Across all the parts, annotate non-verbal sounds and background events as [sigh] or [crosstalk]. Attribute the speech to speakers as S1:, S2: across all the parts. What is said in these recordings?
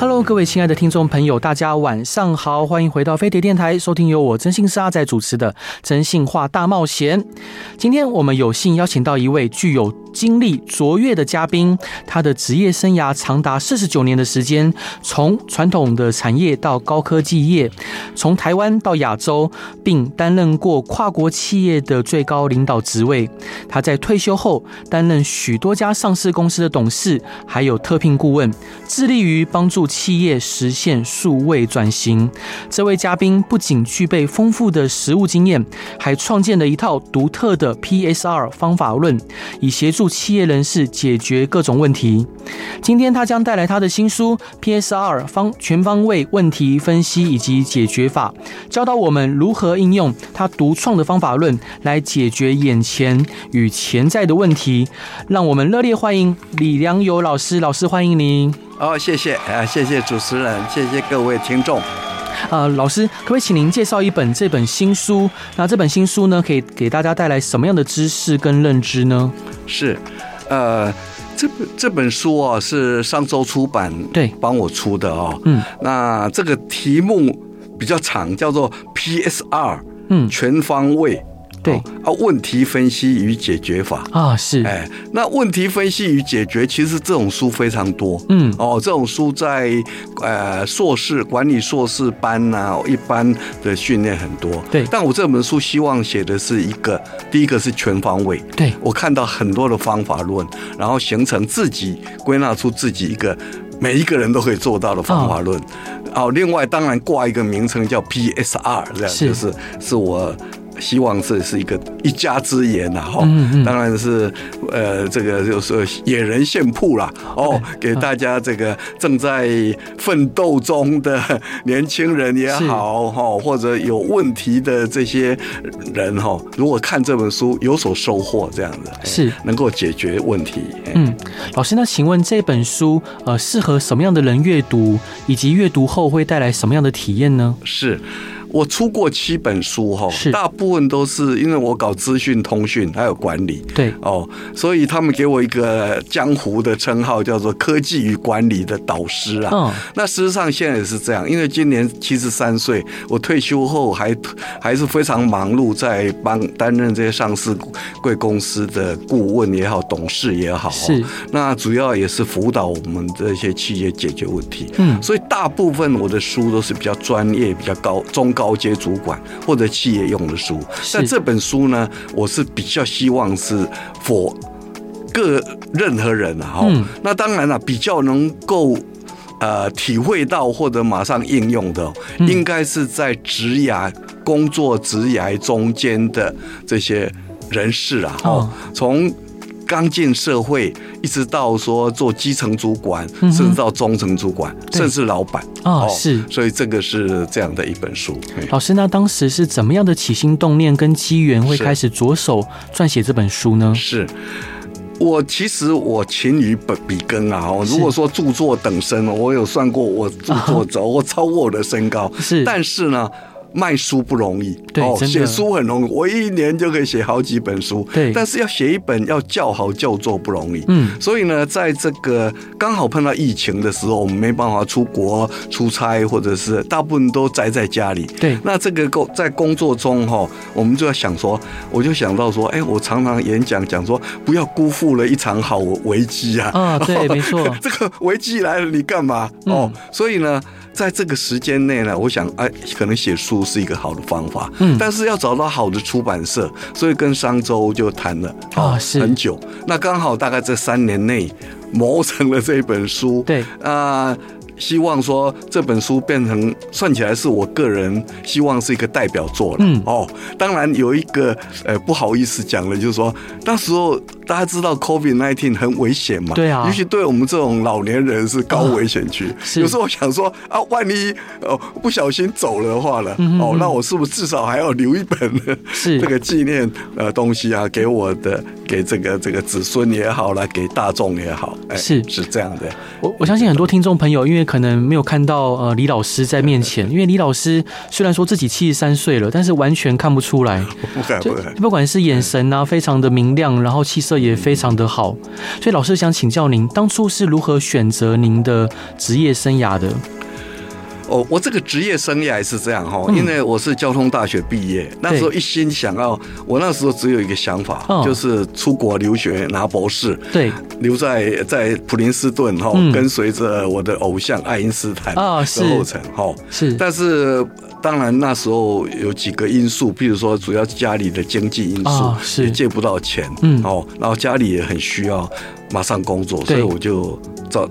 S1: Hello，各位亲爱的听众朋友，大家晚上好，欢迎回到飞碟电台，收听由我真心是阿仔主持的《真心话大冒险》。今天我们有幸邀请到一位具有经历卓越的嘉宾，他的职业生涯长达四十九年的时间，从传统的产业到高科技业，从台湾到亚洲，并担任过跨国企业的最高领导职位。他在退休后担任许多家上市公司的董事，还有特聘顾问，致力于帮助企业实现数位转型。这位嘉宾不仅具备丰富的实务经验，还创建了一套独特的 PSR 方法论，以协助企业人士解决各种问题。今天他将带来他的新书《PSR 方全方位问题分析以及解决法》，教导我们如何应用他独创的方法论来解决眼前与潜在的问题。让我们热烈欢迎李良友老师，老师欢迎您。
S2: 哦，谢谢，啊，谢谢主持人，谢谢各位听众。
S1: 呃，老师，可不可以请您介绍一本这本新书？那这本新书呢，可以给大家带来什么样的知识跟认知呢？
S2: 是，呃，这本这本书哦，是上周出版，
S1: 对
S2: 帮我出的哦。
S1: 嗯，
S2: 那这个题目比较长，叫做 PSR，
S1: 嗯
S2: 全方位，
S1: 对
S2: 哦啊，问题分析与解决法。
S1: 啊，是，
S2: 哎，那问题分析与解决，其实这种书非常多。
S1: 嗯
S2: 哦，这种书在呃硕士管理硕士班呐、一般的训练很多。
S1: 对
S2: 但我这本书希望写的是一个，第一个是全方位。
S1: 对，
S2: 我看到很多的方法论，然后形成自己归纳出自己一个每一个人都可以做到的方法论。哦，另外当然挂一个名称叫 PSR，这样
S1: 是
S2: 就是是我。希望这是一个一家之言呐、哈、
S1: 嗯嗯
S2: 当然是，呃，这个就是野人献曝啦，哦，给大家这个正在奋斗中的 [laughs] 年轻人也
S1: 是
S2: 好，哈，或者有问题的这些人哈，如果看这本书有所收获，这样子哎
S1: 是
S2: 能够解决问题。哎
S1: 嗯，老师，那请问这本书呃适合什么样的人阅读，以及阅读后会带来什么样的体验呢？
S2: 是我出过七本书哈
S1: 是，
S2: 大部分都是因为我搞资讯通讯还有管理，
S1: 对，
S2: 哦，所以他们给我一个江湖的称号，叫做科技与管理的导师啊。
S1: 嗯
S2: 那事实上现在也是这样，因为今年七十三岁，我退休后还还是非常忙碌，在帮担任这些上市贵公司的顾问也好，董事也好、哦，
S1: 是
S2: 那主要也是辅导我们这些企业解决问题。
S1: 嗯
S2: 所以大部分我的书都是比较专业、比较高中高阶主管或者企业用的书。
S1: 是
S2: 但这本书呢，我是比较希望是 for 各任何人啊哈、
S1: 嗯
S2: 那当然了、比较能够。呃，体会到或者马上应用的哦，
S1: 嗯
S2: 应该是在职涯、工作职涯中间的这些人士啊，
S1: 哦
S2: 哦，从刚进社会一直到说做基层主管，
S1: 嗯哼
S2: 甚至到中层主管，
S1: 对
S2: 甚至老板
S1: 啊是
S2: 所以这个是这样的一本书。嘿
S1: 老师，那当时是怎么样的起心动念跟机缘会
S2: 是
S1: 开始着手撰写这本书呢？
S2: 是。我其实我勤于本笔耕啊，哦
S1: 是
S2: 如果说著作等身，我有算过我著作者，我超过我的身高，
S1: 啊是
S2: 但是呢。卖书不容易，哦
S1: 对真的
S2: 写书很容易，我一年就可以写好几本书。
S1: 对
S2: 但是要写一本要叫好叫座不容易。
S1: 嗯
S2: 所以呢，在这个刚好碰到疫情的时候，我们没办法出国出差，或者是大部分都宅在家里。
S1: 对
S2: 那这个工在工作中哈，我们就要想说，我就想到说，哎、我常常演讲讲说，不要辜负了一场好危机啊。
S1: 啊，对，没错，
S2: [laughs] 这个危机来了，你干嘛？
S1: 嗯
S2: 哦，所以呢，在这个时间内呢，我想，哎，可能写书是一个好的方法，
S1: 嗯
S2: 但是要找到好的出版社，所以跟商周就谈了
S1: 啊
S2: 哦
S1: 是
S2: 很久。那刚好大概这三年内磨成了这本书，
S1: 对
S2: 啊、希望说这本书变成算起来是我个人希望是一个代表作了。
S1: 嗯
S2: 哦，当然有一个呃不好意思讲了，就是说那时候大家知道 COVID nineteen 很危险嘛，
S1: 对啊啊
S2: 尤其对我们这种老年人是高危险区。
S1: 是
S2: 有时候我想说啊，万一哦不小心走了的话呢，
S1: 嗯
S2: 哦，那我是不是至少还要留一本 [laughs] 呢？
S1: 是
S2: 这个纪念呃东西啊，给我的给这个这个子孙也好啦，给大众也好，哎，
S1: 是
S2: 是这样的。
S1: 我我相信很多听众朋友，因为可能没有看到呃李老师在面前，因为李老师虽然说自己七十三岁了，但是完全看不出来，
S2: [laughs] 不敢
S1: 就
S2: 啊不嗯敢，
S1: 不管是眼神啊，非常的明亮，然后气色也非常的好，所以老师想请教您，当初是如何选择您的职业生涯的？
S2: 哦，我这个职业生涯是这样哈，
S1: 嗯
S2: 因为我是交通大学毕业，那时候一心想要，我那时候只有一个想法
S1: 嗯，
S2: 就是出国留学拿博士，
S1: 对，
S2: 留在在普林斯顿哈
S1: 嗯，
S2: 跟随着我的偶像爱因斯坦
S1: 啊
S2: 的
S1: 是
S2: 后尘哈。
S1: 是，
S2: 但是当然那时候有几个因素，譬如说主要是家里的经济因素，
S1: 啊是
S2: 也借不到钱，
S1: 嗯
S2: 哦，然后家里也很需要马上工作，所
S1: 对
S2: 以我就找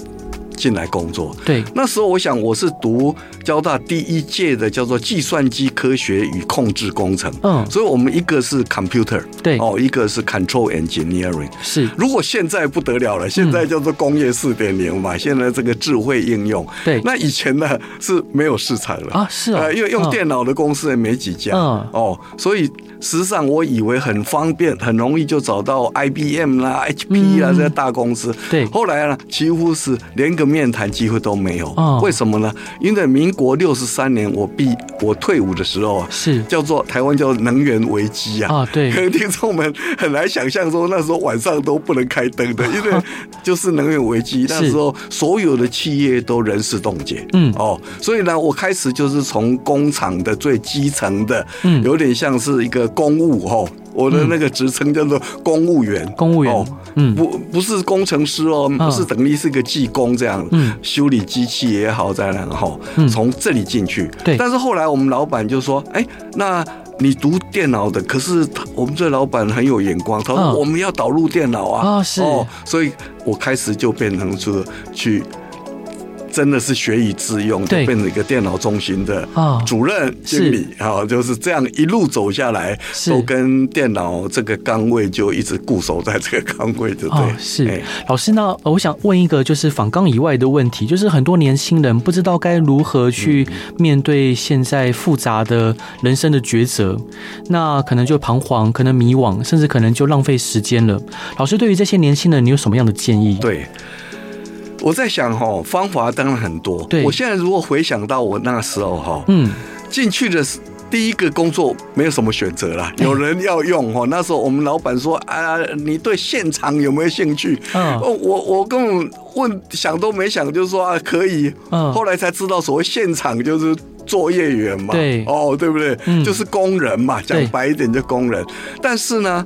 S2: 进来工作。
S1: 对，
S2: 那时候我想我是读交大第一届的叫做计算机科学与控制工程，
S1: 嗯，
S2: 所以我们一个是 computer，
S1: 对
S2: 哦，一个是 control engineering。
S1: 是，
S2: 如果现在不得了了，现在叫做工业四点零嘛，现在这个智慧应用，
S1: 嗯对
S2: 那以前呢是没有市场了
S1: 啊是哦
S2: 呃因为用
S1: 嗯
S2: 电脑的公司也没几家，
S1: 嗯
S2: 哦，所以实际上我以为很方便，很容易就找到 IBM 啦、HP 啦、
S1: 嗯
S2: 这些大公司，
S1: 对
S2: 后来呢几乎是连个面谈机会都没有，
S1: 哦
S2: 为什么呢？因为民国六十三年我毕我退伍的时候啊，
S1: 是
S2: 叫做台湾叫能源危机啊，
S1: 啊，对
S2: 可，能听众们很难想象说那时候晚上都不能开灯
S1: [laughs]
S2: 的，因为就是能源危机，那时候所有的企业都人事冻结。
S1: 嗯
S2: 哦，所以呢，我开始就是从工厂的最基层的，
S1: 嗯
S2: 有点像是一个公务哦。我的那个职称叫做公务员，
S1: 公务员
S2: 哦，
S1: 嗯
S2: 不不是工程师哦，
S1: 啊
S2: 不是等于是个技工这样，
S1: 嗯
S2: 修理机器也好，在然后
S1: 嗯
S2: 从这里进去，
S1: 对
S2: 但是后来我们老板就说：“哎，那你读电脑的，可是他我们这老板很有眼光，他说
S1: 嗯
S2: 我们要导入电脑啊。
S1: 啊是
S2: 所以我开始就变成说去。真的是学以致用，就
S1: 对
S2: 变成一个电脑中心的
S1: 啊
S2: 主任、经理啊，就是这样一路走下来，
S1: 是
S2: 都跟电脑这个岗位就一直固守在这个岗位，就对
S1: 哦，。是
S2: 哎
S1: 老师呢，呃我想问一个就是访纲以外的问题，就是很多年轻人不知道该如
S2: 嗯
S1: 何去面对现在复杂的人生的抉择，那可能就彷徨，可能迷惘，甚至可能就浪费时间了。老师对于这些年轻人，你有什么样的建议？
S2: 对，我在想哈、哦，方法当然很多。
S1: 对
S2: 我现在如果回想到我那时候哈、
S1: 嗯，
S2: 进去的是第一个工作没有什么选择啦，有人要用哦。那时候我们老板说啊，你对现场有没有兴趣？
S1: 嗯
S2: 哦，我我根本问想都没想，就说啊可以。
S1: 嗯
S2: 后来才知道所谓现场就是。作业员嘛，
S1: 对
S2: 哦，对不对？
S1: 嗯
S2: 就是工人嘛，讲
S1: 对
S2: 白一点就工人。但是呢，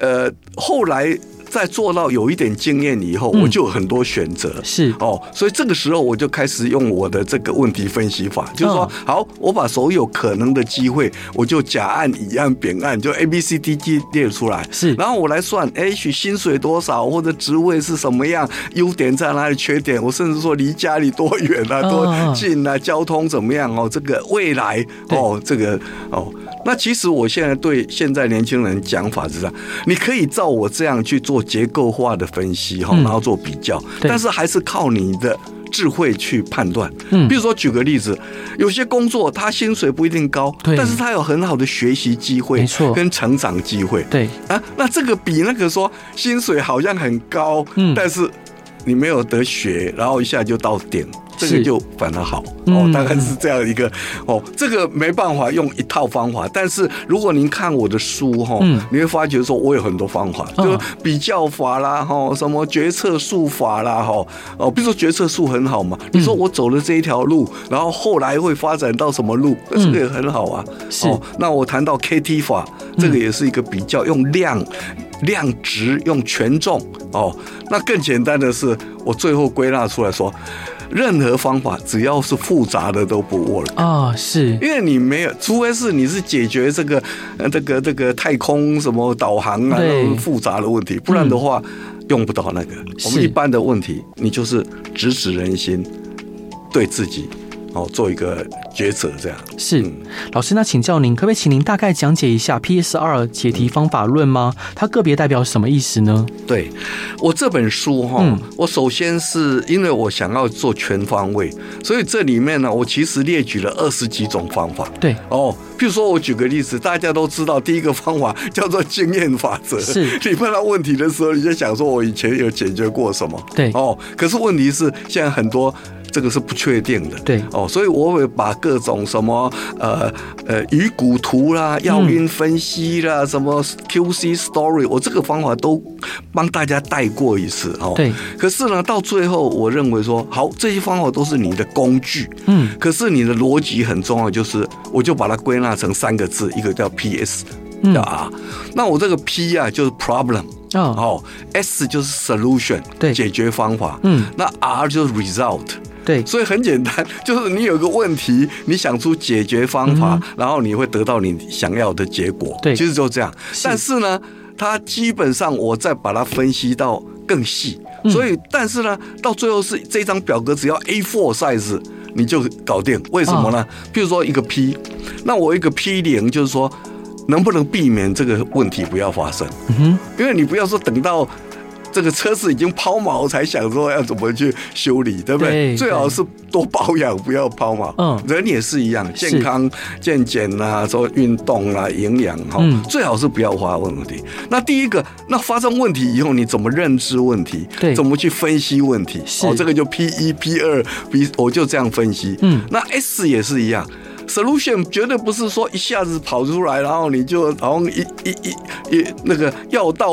S2: 呃，后来在做到有一点经验以后，
S1: 嗯
S2: 我就有很多选择。
S1: 是
S2: 哦，所以这个时候我就开始用我的这个问题分析法，就是
S1: 哦
S2: 说，好，我把所有可能的机会，我就甲案、乙案、丙案，就 A、B、C、D、G 列出来，
S1: 是
S2: 然后我来算诶许薪水多少，或者职位是什么样，优点在哪里，缺点，我甚至说离家里多远啊，
S1: 嗯嗯
S2: 多
S1: 嗯
S2: 近啊，交通怎么样哦，这个未来
S1: 对
S2: 哦，这个哦。那其实我现在对现在年轻人讲法是这样，你可以照我这样去做结构化的分析哈，
S1: 嗯
S2: 然后做比较，
S1: 对
S2: 但是还是靠你的智慧去判断。
S1: 嗯
S2: 比如说举个例子，有些工作他薪水不一定高，
S1: 对
S2: 但是他有很好的学习机会，
S1: 没错
S2: 跟成长机会。
S1: 对，
S2: 啊，那这个比那个说薪水好像很高，
S1: 嗯
S2: 但是你没有得学，然后一下就到顶，这
S1: 是
S2: 个就反而好哦
S1: 嗯，
S2: 大概是这样一个哦，这个没办法用一套方法，但是如果您看我的书哈、哦
S1: 嗯
S2: 你会发觉说我有很多方法，
S1: 嗯
S2: 就是比较法啦哈、哦，什么决策术法啦哈，哦哦，比如说决策术很好嘛，你说我走了这一条路，然后后来会发展到什么路，那这个也很好啊，
S1: 是
S2: 哦那我谈到 KT 法，这个也是一个比较用量、量值、用权重哦。那更简单的是，我最后归纳出来说，任何方法只要是复杂的都不 work。
S1: 啊，是
S2: 因为你没有，除非是你是解决这个、呃、这个、这个太空什么导航啊
S1: 对
S2: 那种复杂的问题，不然的话、用不到那个。我
S1: 是
S2: 们一般的问题，你就是直指人心，对自己。哦做一个抉择这样。
S1: 是
S2: 嗯
S1: 老师，那请教您，可不可以请您大概讲解一下 PSR 解题方法论吗？它个别代表什么意思呢？
S2: 对我这本书哈、
S1: 嗯
S2: 我首先是因为我想要做全方位，所以这里面呢，我其实列举了二十几种方法。
S1: 对，
S2: 哦，譬如说，我举个例子，大家都知道，第一个方法叫做经验法则。
S1: 是
S2: 你碰到问题的时候，你就想说，我以前有解决过什么？
S1: 对
S2: 哦，可是问题是，现在很多这个是不确定的。
S1: 对
S2: 哦，所以我会把各种什么呃呃鱼骨图啦、药因分析啦、什么 QC story，我这个方法都帮大家带过一次哦。
S1: 对。
S2: 可是呢，到最后我认为说，好，这些方法都是你的工具。
S1: 嗯，
S2: 可是你的逻辑很重要，就是我就把它归纳成三个字，一个叫 PS，
S1: 嗯
S2: 叫 R。那我这个 P 啊就是 problem，
S1: 啊，
S2: 哦，S 就是 solution，
S1: 对
S2: 解决方法，
S1: 嗯，
S2: 那 R 就是 result。
S1: 对，
S2: 所以很简单，就是你有个问题，你想出解决方法，然后你会得到你想要的结果。
S1: 嗯对
S2: 其实就这样。但是呢，它基本上我再把它分析到更细，
S1: 嗯
S2: 所以但是呢，到最后是这张表格只要 A4 size 你就搞定。为什么呢？
S1: 哦
S2: 比如说一个 P，那我一个 P 零就是说，能不能避免这个问题不要发生？
S1: 嗯哼，
S2: 因为你不要说等到这个车子已经抛锚才想说要怎么去修理，对不对？
S1: 对
S2: 最好是多保养，不要抛锚。
S1: 嗯
S2: 人也是一样，健康、健检啦、说运动啦、营养哈
S1: 嗯，
S2: 最好是不要发生问题。那第一个，那发生问题以后，你怎么认知问题？
S1: 对
S2: 怎么去分析问题？哦
S1: 是
S2: 这个就 P 一、P 二、P，我就这样分析。
S1: 嗯
S2: 那 S 也是一样。solution 绝对不是说一下子跑出来，然后你就然后一一一一那个药到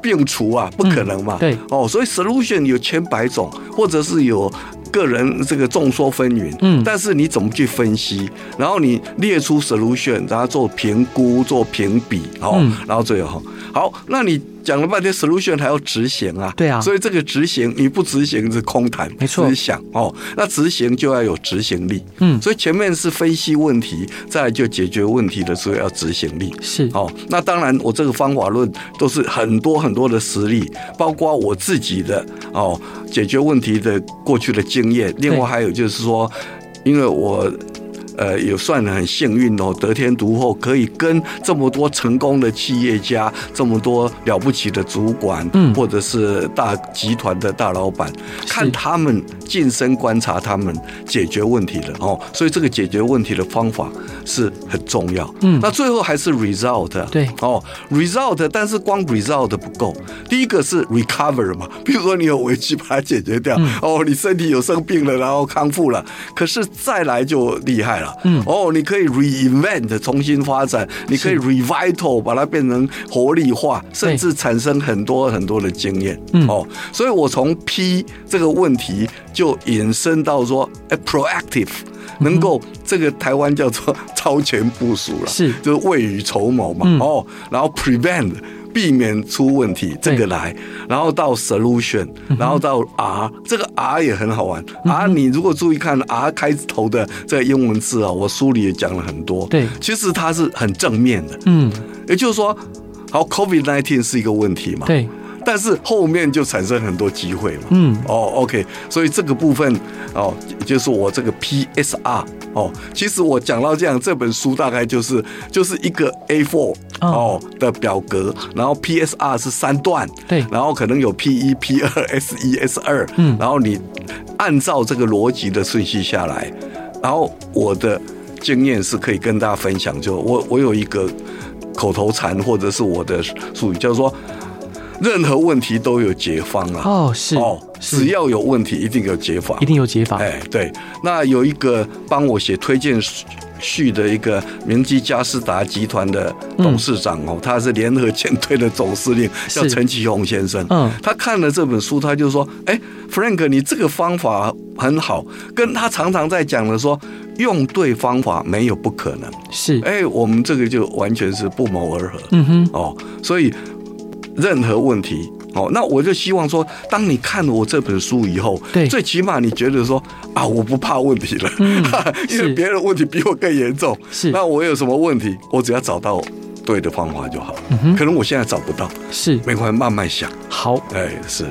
S2: 病除啊，不可能嘛。
S1: 嗯对
S2: 哦，所以 solution 有千百种，或者是有个人这个众说纷纭。
S1: 嗯
S2: 但是你怎么去分析，然后你列出 solution，然后做评估、做评比，哦，
S1: 嗯
S2: 然后最后好，那你讲了半天 solution 还要执行啊。
S1: 对啊
S2: 所以这个执行你不执行是空谈，
S1: 没错
S2: 只是想哦，那执行就要有执行力。
S1: 嗯，
S2: 所以前面是分析问题，再来就解决问题的时候要执行力。
S1: 是，
S2: 哦，那当然，我这个方法论都是很多很多的实例，包括我自己的哦解决问题的过去的经验。另外还有就是说，因为我。呃，也算很幸运哦，得天独厚，可以跟这么多成功的企业家、这么多了不起的主管，
S1: 嗯
S2: 或者是大集团的大老板，看他们近身观察他们解决问题的哦，所以这个解决问题的方法是很重要。
S1: 嗯
S2: 那最后还是 result 啊
S1: 对
S2: 哦，result，但是光 result 不够，第一个是 recover 嘛，比如说你有危机把它解决掉，
S1: 嗯
S2: 哦，你身体有生病了，然后康复了，可是再来就厉害了，
S1: 嗯
S2: 哦，你可以 reinvent 重新发展，你可以
S1: 是
S2: revital 把它变成活力化，甚
S1: 对
S2: 至产生很多很多的经验，
S1: 嗯
S2: 哦，所以我从 P 这个问题就引申到说，哎，proactive。能
S1: 嗯
S2: 够这个台湾叫做 [laughs] 超前部署了，
S1: 是
S2: 就是未雨绸缪嘛，
S1: 嗯
S2: 哦，然后 prevent 避免出问题这个来，然后到 solution，然
S1: 嗯
S2: 后到 R，、这个 R 也很好玩、R 你如果注意看 R 开头的这个英文字啊，我书里也讲了很多，
S1: 对
S2: 其实它是很正面的，
S1: 嗯，
S2: 也就是说，好 COVID 1 9是一个问题嘛，
S1: 对，
S2: 但是后面就产生很多机会嘛。
S1: 嗯
S2: 哦，OK，所以这个部分哦，就是我这个 PSR 哦，其实我讲到这样，这本书大概就是就是一个 A4 哦的表格，然后 PSR 是三段，
S1: 对
S2: 然后可能有 P 一、P 二、S [laughs] 一、S 二，
S1: 嗯
S2: 然后你按照这个逻辑的顺序下来，然后我的经验是可以跟大家分享，就我我有一个口头禅或者是我的术语，叫做任何问题都有解方啊。
S1: 哦，是，
S2: 哦，只
S1: 是，
S2: 要有问题，一定有解法
S1: 一。定有解法，
S2: 哎，对，那有一个帮我写推荐序的一个明基佳士达集团的董事长哦，他是联合舰队的总司令，
S1: 嗯是
S2: 叫陈其宏先生。
S1: 嗯
S2: 他看了这本书，他就说：“哎，Frank，你这个方法很好，跟他常常在讲的说，用对方法没有不可能。”
S1: 是，
S2: 哎，我们这个就完全是不谋而合。
S1: 嗯哼，
S2: 哦，所以任何问题。哦，那我就希望说，当你看了我这本书以后，
S1: 对嗯
S2: 最起码你觉得说啊，我不怕问题了， [laughs] 因
S1: 是
S2: 为别人问题比我更严重。
S1: 是
S2: 那我有什么问题，我只要找到对的方法就好。
S1: 嗯哼，
S2: 可能我现在找不到，
S1: 是
S2: 没关系，慢慢想。
S1: 好。
S2: 哎，是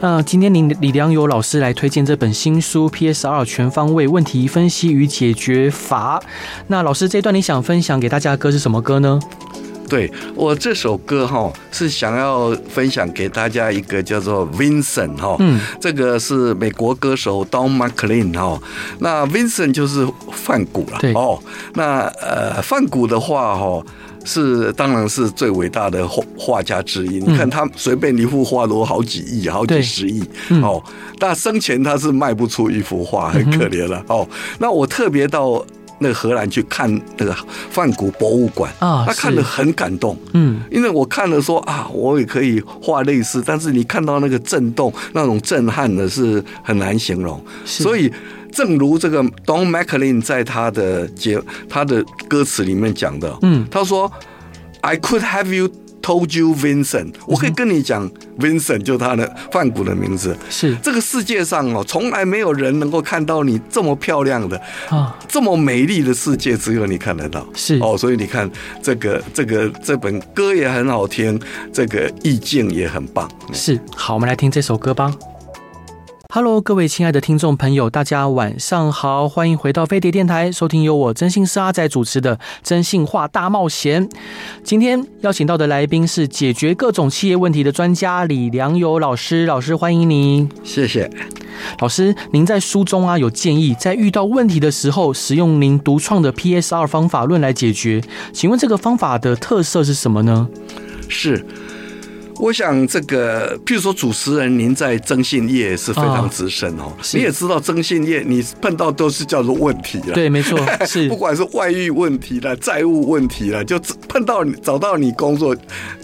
S1: 那今天林李良友老师来推荐这本新书《PSR 全方位问题分析与解决法》。那老师这段你想分享给大家的歌是什么歌呢？
S2: 对我这首歌哈，是想要分享给大家一个叫做 Vincent 哈，
S1: 嗯，
S2: 这个是美国歌手 Don McLean 哈。那 Vincent 就是范谷了
S1: 对
S2: 哦。那呃，范谷的话哈。是，当然是最伟大的画画家之
S1: 嗯
S2: 一。你看他随便一幅画都好几亿、好
S1: 对嗯
S2: 几十亿哦。那生前他是卖不出一幅画，很可怜了哦。那我特别到那个荷兰去看那个范谷博物馆
S1: 啊
S2: 他看
S1: 是
S2: 了很感动，
S1: 嗯，
S2: 因为我看了说啊，我也可以画类似，但是你看到那个震动、那种震撼的是很难形容。
S1: 是
S2: 所以，正如这个 Don McLean 在他的节他的歌词里面讲的，
S1: 嗯
S2: 他说：“I could have you told you Vincent，我可以跟你讲 Vincent 就他的范谷的名字。
S1: 是
S2: 这个世界上哦，从来没有人能够看到你这么漂亮的，
S1: 啊，
S2: 这么美丽的世界只有你看得到。
S1: 是
S2: 哦，所以你看这个这个这本歌也很好听，这个意境也很棒。
S1: 是，好，我们来听这首歌吧。Hello，各位亲爱的听众朋友，大家晚上好，欢迎回到飞碟电台，收听由我真心是阿仔主持的《真性化大冒险》。今天邀请到的来宾是解决各种企业问题的专家李良友老师，老师欢迎您。
S2: 谢谢。
S1: 老师，您在书中啊有建议，在遇到问题的时候，使用您独创的 PSR 方法论来解决。请问这个方法的特色是什么呢？
S2: 啊是，我想这个，譬如说主持人您在征信业是非常
S1: 啊
S2: 资深哦，
S1: 是
S2: 你也知道征信业你碰到都是叫做问题了。
S1: 对，没错，是
S2: [laughs] 不管是外遇问题啦、债务问题啦，就碰到你找到你工作，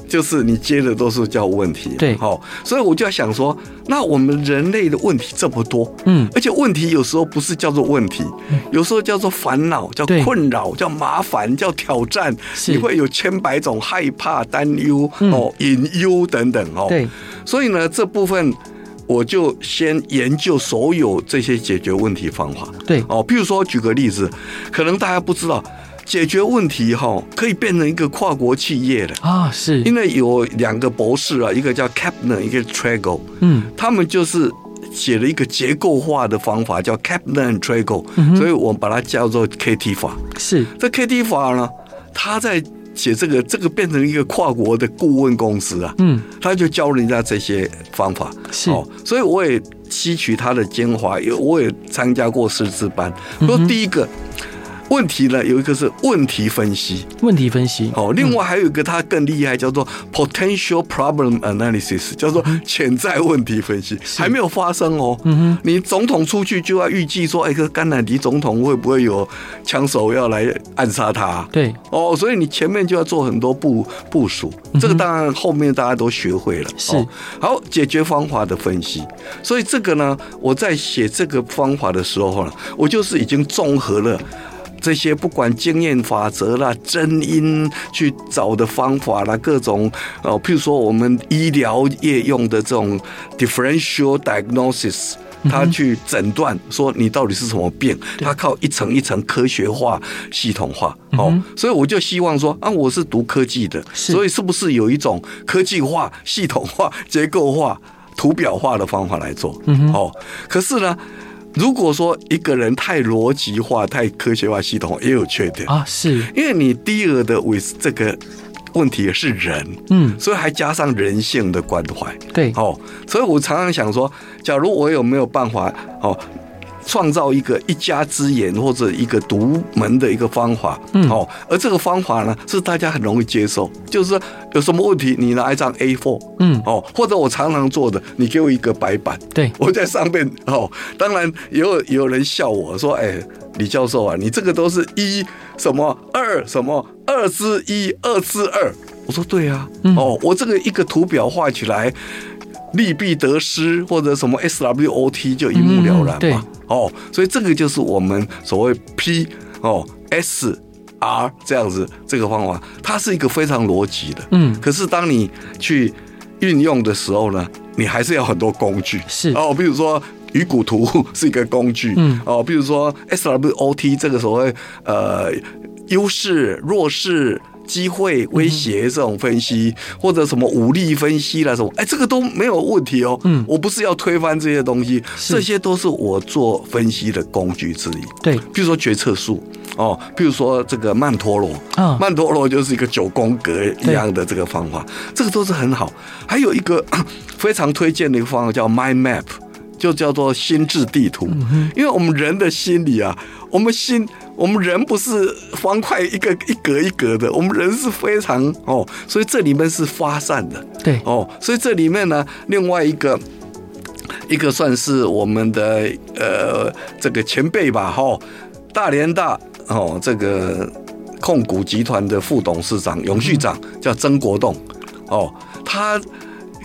S2: 就是你接的都是叫问题。
S1: 对
S2: 好、所以我就要想说，那我们人类的问题这么多，
S1: 嗯，
S2: 而且问题有时候不是叫做问题，有时候叫做烦恼、叫
S1: 对
S2: 困扰、叫麻烦、叫挑战，
S1: 是
S2: 你会有千百种害怕、担忧、
S1: 嗯
S2: 哦、隐忧等等哦。
S1: 对，
S2: 所以呢，这部分我就先研究所有这些解决问题方法。
S1: 对，
S2: 哦，譬如说举个例子，可能大家不知道，解决问题哈、可以变成一个跨国企业的，
S1: 啊，是，
S2: 因为有两个博士啊，一个叫 Kapner，一个 Trago，
S1: 嗯，
S2: 他们就是。写了一个结构化的方法，叫 Kapner and Trago，、
S1: 嗯哼
S2: 所以我们把它叫做 KT 法。
S1: 是，
S2: 这 KT 法呢，他在写这个，这个变成一个跨国的顾问公司啊，
S1: 嗯，
S2: 他就教人家这些方法。
S1: 是，
S2: 哦，所以我也吸取他的精华，也我也参加过师资班。
S1: 嗯
S2: 说第一个问题呢，有一个是问题分析，
S1: 问题分析，
S2: 哦，另外还有一个它更厉害，叫做 potential problem analysis，叫做潜在问题分析，
S1: 嗯是
S2: 还没有发生哦。
S1: 嗯哼，
S2: 你总统出去就要预计说，哎，这个甘乃迪总统会不会有枪手要来暗杀他、
S1: 对，
S2: 哦，所以你前面就要做很多部部署，这个当然后面大家都学会了。
S1: 嗯是
S2: 哦，好解决方法的分析。所以这个呢，我在写这个方法的时候呢，我就是已经综合了。这些不管经验法则啦、真因去找的方法啦，各种哦，譬如说我们医疗业用的这种 differential diagnosis，他去诊断说你到底是什么病，他靠一层一层科学化、系统化哦，所以我就希望说啊，我是读科技的，
S1: 是
S2: 所以是不是有一种科技化、系统化、结构化、图表化的方法来做？
S1: 嗯哼
S2: 哦，可是呢。如果说一个人太逻辑化、太科学化系统，也有缺点，
S1: 啊，是，
S2: 因为你第二的为这个问题是人，
S1: 嗯，
S2: 所以还加上人性的关怀。
S1: 对，
S2: 哦，所以我常常想说，假如我有没有办法哦，创造一个一家之言或者一个独门的一个方法，
S1: 嗯
S2: 哦，而这个方法呢是大家很容易接受，就是说有什么问题你拿一张 A4，
S1: 嗯，
S2: 哦，或者我常常做的，你给我一个白板，
S1: 对，
S2: 我在上面哦，当然也有也有人笑我说：“哎，李教授啊，你这个都是一什么二什么二之一二之二。”我说：“对啊，
S1: 嗯
S2: 哦，我这个一个图表画起来，利弊得失或者什么 SWOT 就一目了然嘛。
S1: 嗯对
S2: 哦，所以这个就是我们所谓 P 哦 S。R 这样子，这个方法它是一个非常逻辑的，
S1: 嗯，
S2: 可是当你去运用的时候呢，你还是要很多工具。
S1: 是
S2: 哦，比如说。鱼骨图 [laughs] 是一个工具，
S1: 嗯
S2: 哦，比如说 SWOT 这个所谓呃优势、弱势、机会、威
S1: 嗯
S2: 胁这种分析，或者什么武力分析啦什么，哎，这个都没有问题哦。
S1: 嗯
S2: 我不是要推翻这些东西，
S1: 是
S2: 这些都是我做分析的工具之一。
S1: 对，
S2: 比如说决策树哦，比如说这个曼陀罗，
S1: 啊
S2: 曼陀罗就是一个九宫格一样的这个方法，这个都是很好。还有一个 [coughs] 非常推荐的一个方法叫 Mind Map，就叫做心智地图。因为我们人的心理啊，我们心。我们人不是方块一个一格一格的，我们人是非常哦，所以这里面是发散的，
S1: 对，
S2: 哦，所以这里面呢，另外一个。一个算是我们的呃这个前辈吧，哈、大连大哦，这个控股集团的副董事长、永续长叫曾国栋，哦，他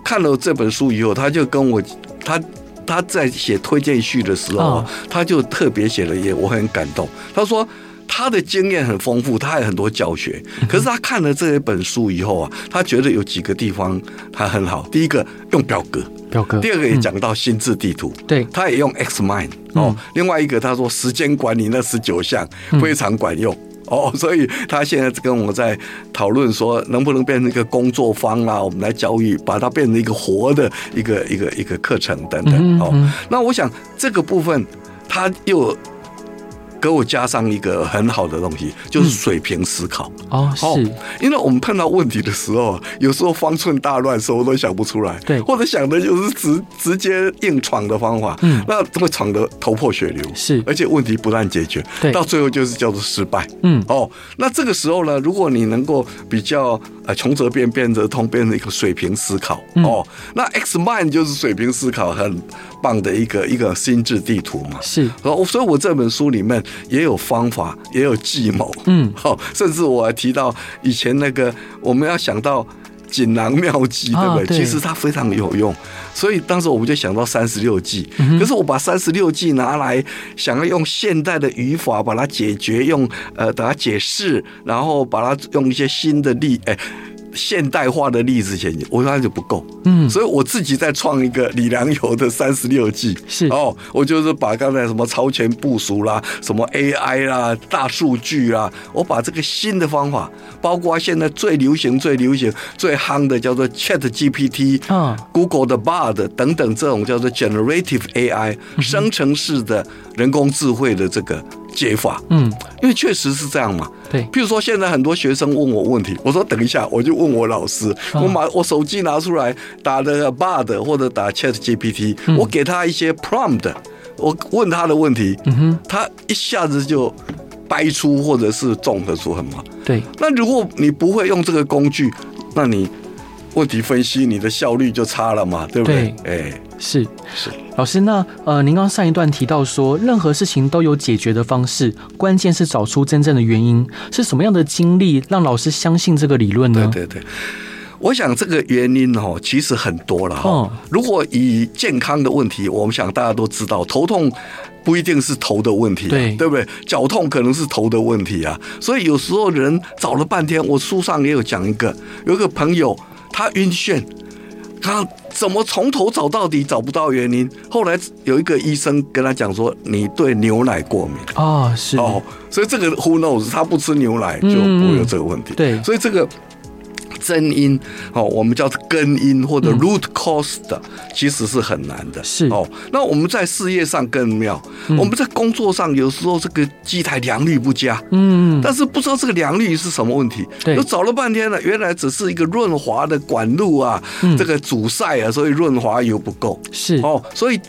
S2: 看了这本书以后，他就跟我他。他在写推荐序的时候啊
S1: 啊，
S2: 他就特别写了一页，我很感动。他说他的经验很丰富，他有很多教学。可是他看了这一本书以后啊，他觉得有几个地方他很好。第一个用表格，
S1: 表哥，
S2: 第二个也讲到心智地图，
S1: 对，嗯
S2: 他也用 Xmind 哦。另外一个他说时间管理那十九项非常管用。哦， [laughs] 所以他现在跟我在讨论说，能不能变成一个工作坊啊啦、我们来教育，把它变成一个活的一个一个一个课程等
S1: 嗯
S2: 等。
S1: 哼
S2: 哦，
S1: 嗯
S2: 那我想这个部分，他又给我加上一个很好的东西，就是水平思考。
S1: 哦，是，
S2: 因为我们碰到问题的时候，有时候方寸大乱，什么都想不出来，
S1: 对
S2: 或者想的就是直直接硬闯的方法，
S1: 嗯
S2: 那会闯得头破血流，
S1: 是
S2: 而且问题不但解决，
S1: 对
S2: 到最后就是叫做失败，
S1: 嗯
S2: 哦，那这个时候呢，如果你能够比较呃穷则变，变则通，变成一个水平思考、
S1: 嗯
S2: 哦，那 X Mind 就是水平思考很棒的一个一个心智地图嘛，
S1: 是，
S2: 然哦后，所以我这本书里面也有方法，也有计谋， [laughs]
S1: 嗯
S2: 好，甚至我还提到以前那个我们要想到锦囊妙计，
S1: 啊
S2: 对不对？
S1: 对
S2: 其实它非常有用，所以当时我们就想到三十六计，
S1: 嗯
S2: 可是我把三十六计拿来，想要用现代的语法把它解决，用呃把它解释，然后把它用一些新的例，哎。现代化的例子写进去，我说那就不够，
S1: 嗯
S2: 所以我自己再创一个李良友的三十六计，
S1: 是
S2: 哦，我就是把刚才什么超前部署啦、什么 AI 啦、大数据啦，我把这个新的方法，包括现在最流行、最流行、最夯的叫做 Chat GPT
S1: 啊、
S2: Google 的 Bard 等等这种叫做 Generative AI 生成式的人工智慧的这个解法，
S1: 嗯，
S2: 因为确实是这样嘛。
S1: 对，
S2: 譬如说，现在很多学生问我问题，我说等一下，我就问我老师，我把我手机拿出来打的 Bard 或者打 Chat GPT，、我给他一些 prompt，我问他的问题，
S1: 哼
S2: 他一下子就掰出或者是综合出很好。
S1: 对，
S2: 那如果你不会用这个工具，那你问题分析你的效率就差了嘛，对不对？哎，
S1: 是。
S2: 是。
S1: 老师，那呃，您刚上一段提到说，任何事情都有解决的方式，关键是找出真正的原因。是什么样的经历让老师相信这个理论呢？
S2: 对对对。我想这个原因哦，其实很多了哈、
S1: 哦
S2: 如果以健康的问题，我们想大家都知道，头痛不一定是头的问题、啊，
S1: 对
S2: 对不对？脚痛可能是头的问题啊。所以有时候人找了半天，我书上也有讲一个，有一个朋友他晕眩，他怎么从头找到底找不到原因？后来有一个医生跟他讲说，你对牛奶过敏。
S1: 哦，是，
S2: 哦，所以这个 who knows，他不吃牛奶就
S1: 嗯
S2: 不会有这个问题。
S1: 对
S2: 所以这个。真因哦，我们叫根因或者 root cause 的，其实是很难的。
S1: 嗯是嗯
S2: 哦，那我们在事业上更妙，我们在工作上有时候这个机台良率不佳，
S1: 嗯，
S2: 但是不知道这个良率是什么问题，
S1: 对
S2: 就找了半天了，原来只是一个润滑的管路啊，
S1: 嗯
S2: 这个阻塞啊，所以润滑油不够。
S1: 是，
S2: 哦，所以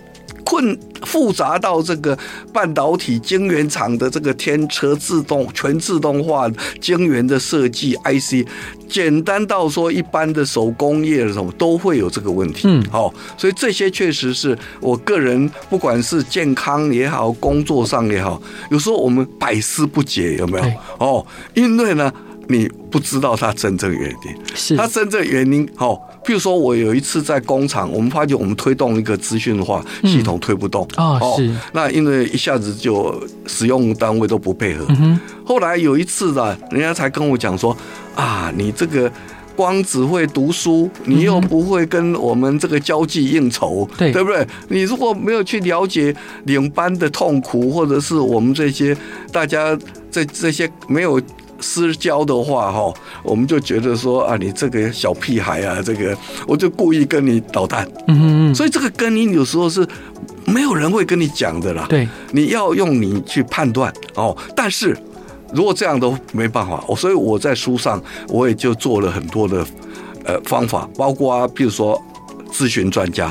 S2: 困复杂到这个半导体晶圆厂的这个天车自动全自动化晶圆的设计 IC，简单到说一般的手工业什么都会有这个问题。
S1: 嗯
S2: 哦，所以这些确实是我个人不管是健康也好，工作上也好，有时候我们百思不解，有没有
S1: 对？
S2: 哦，因为呢，你不知道它真正原因。
S1: 是，
S2: 它真正原因哦，譬如说我有一次在工厂，我们发觉我们推动一个资讯化系统推不动
S1: 啊是
S2: 那因为一下子就使用单位都不配合。
S1: 嗯哼
S2: 后来有一次呢，人家才跟我讲说啊，你这个。光只会读书，你又不会跟我们这个交际应酬，
S1: 对
S2: 对不对？你如果没有去了解领班的痛苦，或者是我们这些大家这这些没有私交的话，哈，我们就觉得说啊，你这个小屁孩啊，这个我就故意跟你捣蛋。
S1: 嗯哼嗯，
S2: 所以这个跟你有时候是没有人会跟你讲的啦。
S1: 对，
S2: 你要用你去判断哦。但是如果这样都没办法，哦我所以我在书上我也就做了很多的呃方法，包括啊譬如说咨询专家，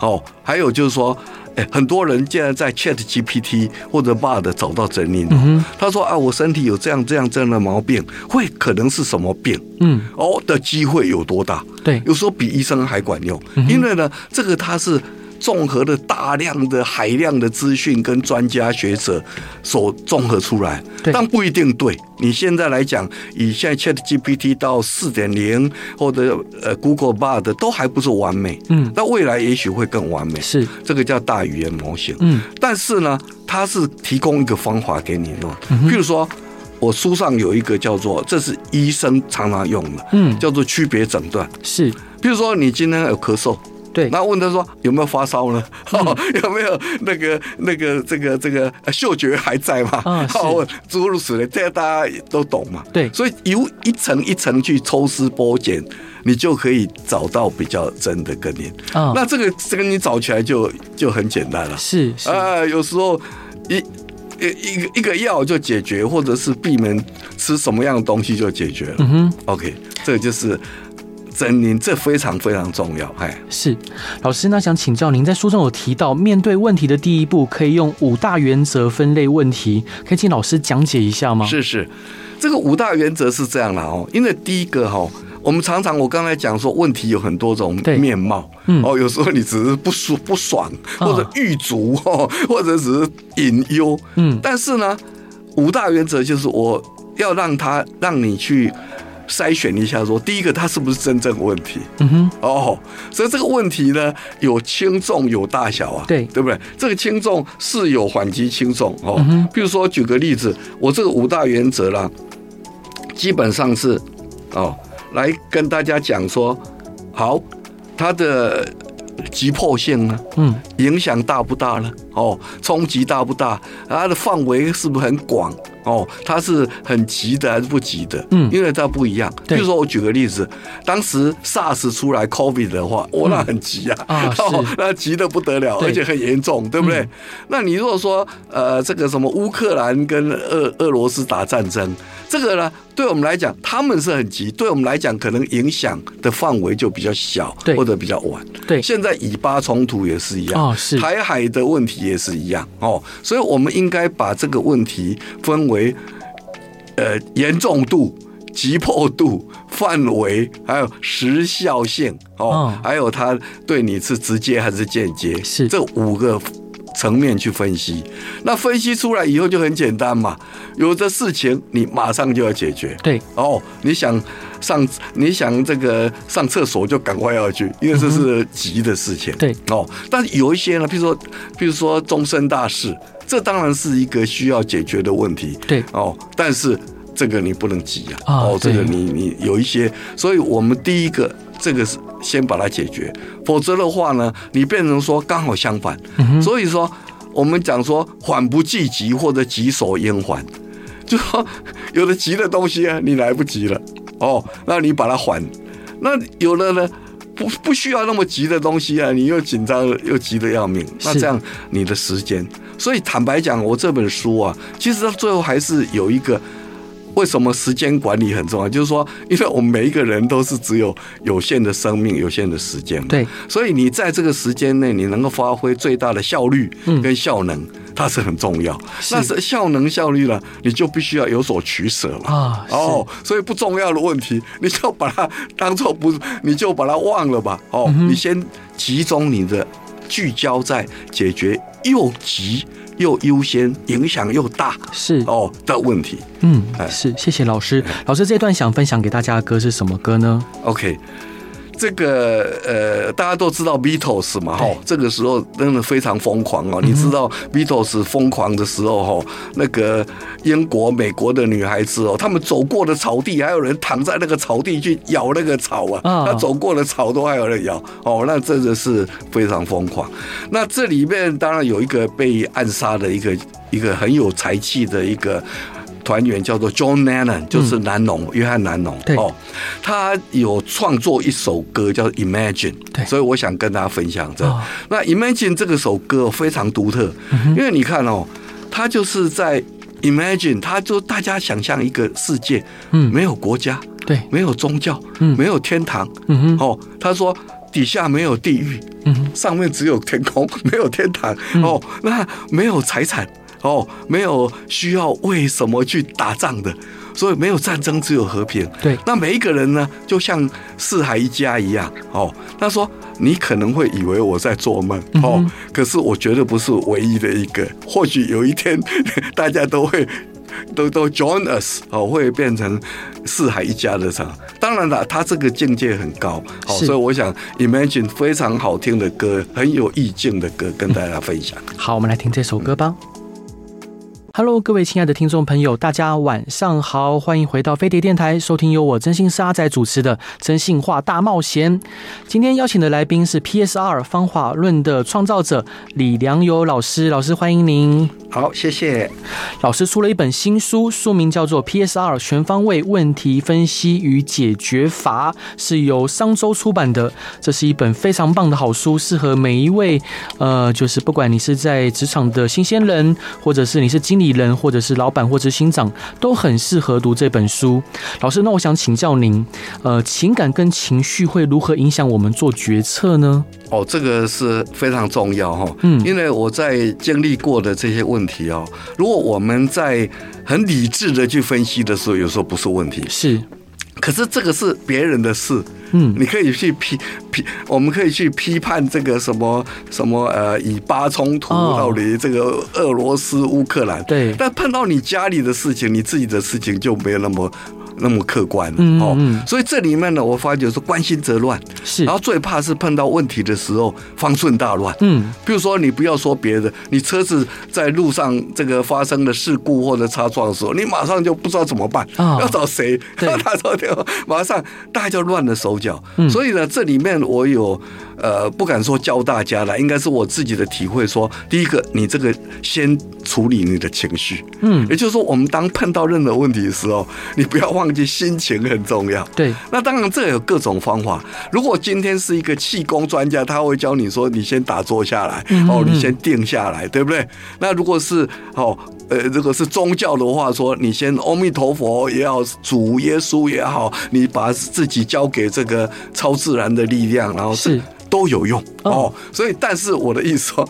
S2: 哦，还有就是说。哎，很多人竟然在 Chat GPT 或者 Bard 找到真因、
S1: 嗯哼，
S2: 他说啊，我身体有这样这样这样的毛病，会可能是什么病？
S1: 嗯，
S2: 哦的机会有多大？
S1: 对，嗯
S2: 有时候比医生还管用，因为呢，这个它是综合了大量的海量的资讯跟专家学者所综合出来
S1: 对，
S2: 但不一定对。你现在来讲，以现在 Chat GPT 到四点零或者呃 Google Bard 都还不是完美，
S1: 嗯，
S2: 那未来也许会更完美。
S1: 是，
S2: 这个叫大语言模型，
S1: 嗯，
S2: 但是呢，它是提供一个方法给你弄，
S1: 嗯
S2: 譬如说。我书上有一个叫做，这是医生常常用的，
S1: 嗯
S2: 叫做区别诊断。
S1: 是，
S2: 比如说你今天有咳嗽，
S1: 对，嗯
S2: 那问他说有没有发烧呢？哦， [laughs] 有没有那个那个这个这个呃嗅觉还在吗？
S1: 嗯是
S2: [laughs] 哦，诸如此类，这个大家都懂嘛。
S1: 对
S2: 所以由一层一层去抽丝剥茧，你就可以找到比较真的根源。
S1: 啊，
S2: 那这个这个你找起来就就很简单了。
S1: 是是，
S2: 啊，有时候一一一个一个药就解决，或者是避免吃什么样的东西就解决了。
S1: 嗯哼。
S2: OK，这就是真您，这非常非常重要。哎，
S1: 是，老师，那想请教您，在书中有提到，面对问题的第一步可以用五大原则分类问题，可以请老师讲解一下吗？，
S2: 是是，这个五大原则是这样的哦，因为第一个哈、哦。我们常常，我刚才讲说，问题有很多种
S1: 对
S2: 面貌，
S1: 嗯
S2: 哦，有时候你只是不舒不爽，
S1: 啊
S2: 或者欲足，哦，或者只是隐忧，
S1: 嗯，
S2: 但是呢，五大原则就是我要让他让你去筛选一下说第一个它是不是真正问题
S1: 嗯哼，
S2: 哦，所以这个问题呢有轻重有大小啊，
S1: 对
S2: 对不对？这个轻重是有缓急轻重哦。比如说举个例子，我这个五大原则啦，基本上是哦来跟大家讲说，好，它的急迫性呢、
S1: 嗯，
S2: 影响大不大呢？哦，冲击大不大？它的范围是不是很广？哦，它是很急的还是不急的？
S1: 嗯
S2: 因为它不一样。比
S1: 对
S2: 如说，我举个例子，当时 SARS 出来 COVID 的话，我那很急啊，
S1: 嗯
S2: [laughs]
S1: 啊是
S2: 哦，那急得不得了，
S1: 对嗯
S2: 而且很严重，对不对？那你如果说呃，这个什么乌克兰跟俄俄罗斯打战争，这个呢，对我们来讲他们是很急，对我们来讲可能影响的范围就比较小
S1: 对，
S2: 或者比较晚。
S1: 对，
S2: 现在以巴冲突也是一样。
S1: 哦，是，
S2: 台海的问题也是一样哦，所以我们应该把这个问题分为呃严重度、急迫度、范围，还有时效性哦，
S1: 嗯
S2: 还有它对你是直接还是间接，
S1: 是
S2: 这五个。层面去分析，那分析出来以后就很简单嘛。有的事情你马上就要解决，
S1: 对，
S2: 哦，你想上你想这个上厕所就赶快要去，因为这是急的事情。
S1: 对
S2: 哦，但是有一些呢，比如说比如说终身大事，这当然是一个需要解决的问题。
S1: 对，
S2: 哦，但是这个你不能急啊。
S1: 啊
S2: 哦，这
S1: 对
S2: 个你你有一些，所以我们第一个这个是先把它解决，否则的话呢，你变成说刚好相反。
S1: 嗯
S2: 所以说，我们讲说缓不济急或者急所应缓，就说有的急的东西啊，你来不及了哦，那你把它缓。那有的呢，不不需要那么急的东西啊，你又紧张又急得要命，那
S1: 是
S2: 这样你的时间。所以坦白讲，我这本书啊，其实它最后还是有一个。为什么时间管理很重要？就是说，因为我们每一个人都是只有有限的生命、有限的时间嘛。
S1: 对，
S2: 所以你在这个时间内，你能够发挥最大的效率跟效能，它是很重要。
S1: 嗯是
S2: 那是效能效率呢，你就必须要有所取舍嘛。
S1: 啊，
S2: 哦，所以不重要的问题，你就把它当做不， [laughs] 你就把它忘了吧。哦，
S1: 嗯
S2: 你先集中你的聚焦在解决又急又优先、影响又大
S1: 是，是，
S2: 哦的问题。
S1: 嗯，
S2: 哎
S1: 是，谢谢老师。老师这段想分享给大家的歌是什么歌呢？
S2: OK，这个呃，大家都知道 Beatles 嘛，哈哦
S1: 对，嗯
S2: 这个时候真的非常疯狂哦。你知道 Beatles 疯狂的时候，哈，哦那个英国、美国的女孩子哦，她们走过的草地，还有人躺在那个草地去咬那个草啊，
S1: 啊
S2: 她走过的草都还有人咬，哦，那真的是非常疯狂。那这里面当然有一个被暗杀的一个一个很有才气的一个。团员叫做 John Lennon，就是南农、约翰南农
S1: 嗯
S2: 哦
S1: 对，
S2: 他有创作一首歌叫《Imagine》，
S1: 对
S2: 所以我想跟大家分享这。
S1: 哦嗯
S2: 那《Imagine》这个首歌非常独特，因为你看哦，它就是在 Imagine，它就大家想象一个世界，
S1: 嗯
S2: 没有国家，
S1: 对，
S2: 没有宗教，
S1: 嗯
S2: 没有天堂，
S1: 嗯哼，
S2: 哦，他说底下没有地狱，
S1: 嗯哼，嗯
S2: 上面只有天空， [laughs] 没有天堂哦，那没有财产哦，没有需要为什么去打仗的，所以没有战争，只有和平。
S1: 对
S2: 那每一个人呢，就像四海一家一样哦。他说你可能会以为我在做梦哦，可是我觉得不是唯一的一个，或许有一天 [laughs] 大家都会。都都 join us 哦，会变成四海一家的场。当然了，他这个境界很高，好、
S1: 是
S2: 所以我想 Imagine 非常好听的歌，很有意境的歌，跟大家分享。
S1: 好，我们来听这首歌吧。Hello，各位亲爱的听众朋友，大家晚上好，欢迎回到飞碟电台，收听由我真心是阿仔主持的《真心话大冒险》。今天邀请的来宾是 PSR 方法论的创造者李良友老师，老师欢迎您。
S2: 好，谢谢。
S1: 老师出了一本新书，书名叫做《PSR 全方位问题分析与解决法》，是由商周出版的。这是一本非常棒的好书，适合每一位，呃，就是不管你是在职场的新鲜人，或者是你是经理人，或者是老板或执行长，都很适合读这本书。老师，那我想请教您，呃，情感跟情绪会如何影响我们做决策呢？
S2: 哦，这个是非常重要哈、哦，
S1: 嗯
S2: 因为我在经历过的这些问题哦，如果我们在很理智的去分析的时候，有时候不是问题，
S1: 是，
S2: 可是这个是别人的事，
S1: 嗯，
S2: 你可以去批批，我们可以去批判这个什么什么呃以巴冲突
S1: 哦
S2: 到底这个俄罗斯乌克兰，
S1: 对
S2: 但碰到你家里的事情，你自己的事情就没有那么那么客观了哦
S1: 嗯嗯
S2: 所以这里面呢，我发觉是关心则乱，
S1: 是
S2: 然，后最怕是碰到问题的时候方寸大乱，
S1: 嗯，
S2: 比如说，你不要说别的，你车子在路上这个发生了事故或者擦撞的时候，你马上就不知道怎么办，
S1: 啊
S2: 要找谁？
S1: 对
S2: [laughs] 要打错电话，马上大家就乱了手脚。
S1: 嗯
S2: 所以呢，这里面我有呃不敢说教大家了，应该是我自己的体会说，第一个，你这个先处理你的情绪，
S1: 嗯，
S2: 也就是说，我们当碰到任何问题的时候，你不要忘记心情很重要。
S1: 对，
S2: 那当然，这有各种方法。如果今天是一个气功专家，他会教你说，你先打坐下来，哦，你先定下来，对不对？那如果是哦，呃，如果是宗教的话，说你先阿弥陀佛也好，主耶稣也好，你把自己交给这个超自然的力量，然后这
S1: 是
S2: 都有用
S1: 哦
S2: 哦。所以，但是我的意思说，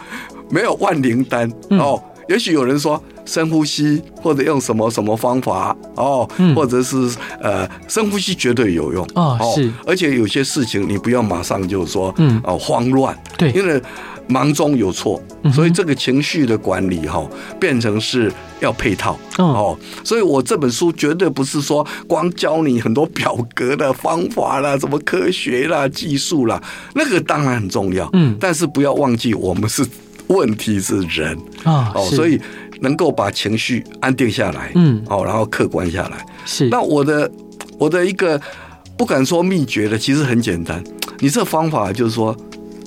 S2: 没有万灵丹
S1: 嗯
S2: 哦。也许有人说深呼吸，或者用什么什么方法哦，
S1: 嗯
S2: 或者是呃深呼吸绝对有用
S1: 哦是
S2: 而且有些事情你不要马上就说
S1: 嗯
S2: 哦慌乱，
S1: 对
S2: [laughs] 因为忙中有错，
S1: 嗯
S2: 所以这个情绪的管理哈、变成是要配套
S1: 嗯
S2: 哦。所以我这本书绝对不是说光教你很多表格的方法啦、什么科学啦、技术啦，那个当然很重要，
S1: 嗯
S2: 但是不要忘记我们是问题是人
S1: 啊、
S2: 哦，
S1: 是
S2: 所以能够把情绪安定下来，
S1: 嗯
S2: 哦，然后客观下来。
S1: 是，
S2: 那我的我的一个不敢说秘诀了，其实很简单。你这方法就是说，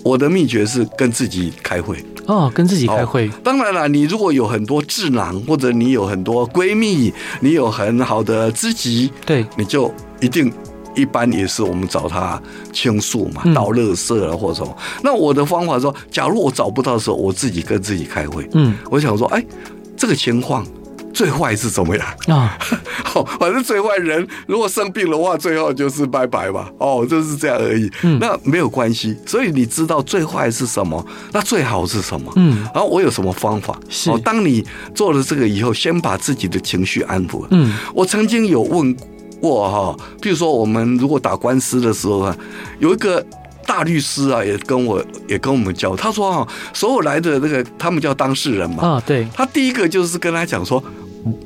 S2: 我的秘诀是跟自己开会。
S1: 哦，跟自己开
S2: 哦
S1: 会，
S2: 当然了，你如果有很多智囊，或者你有很多闺蜜，你有很好的知己，
S1: 对，
S2: 你就一定一般也是我们找他倾诉嘛
S1: 嗯，
S2: 倒垃圾了或什么。那我的方法说，假如我找不到的时候，我自己跟自己开会。
S1: 嗯
S2: 我想说，哎，这个情况最坏是怎么样？
S1: 啊，
S2: [laughs] 哦，反正最坏人如果生病的话，最后就是拜拜吧。哦，就是这样而已。
S1: 嗯
S2: 那没有关系。所以你知道最坏是什么，那最好是什么？
S1: 嗯
S2: 然后我有什么方法？
S1: 是
S2: 哦，当你做了这个以后，先把自己的情绪安抚。
S1: 嗯，
S2: 我曾经有问过哈，譬如说我们如果打官司的时候啊，有一个大律师啊，也跟我也跟我们教，他说哈，所有来的那个他们叫当事人嘛，
S1: 啊，对，
S2: 他第一个就是跟他讲说。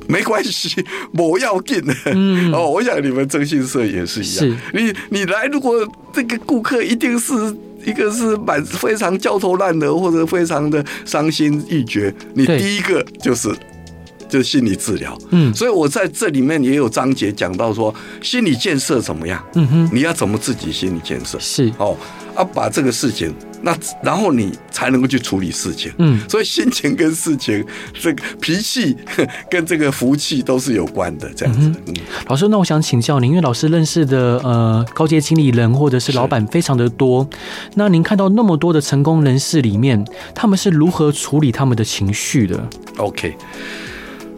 S2: 没关系， [laughs] 我要进的、
S1: 嗯
S2: 哦。我想你们征信社也是一样，你你来，如果这个顾客一定是一个是满非常焦头烂额或者非常的伤心欲绝，你
S1: 对
S2: 第一个就是就是心理治疗。
S1: 嗯
S2: 所以我在这里面也有章节讲到说，心理建设怎么样，
S1: 嗯哼，
S2: 你要怎么自己心理建设
S1: 是，
S2: 哦，啊，把这个事情，那然后你才能够去处理事情。
S1: 嗯
S2: 所以心情跟事情，这个脾气呵跟这个福气都是有关的，这样子。嗯
S1: 老师，那我想请教您，因为老师认识的呃高阶经理人或者是老板非常的多，那您看到那么多的成功人士里面，他们是如何处理他们的情绪的？
S2: OK，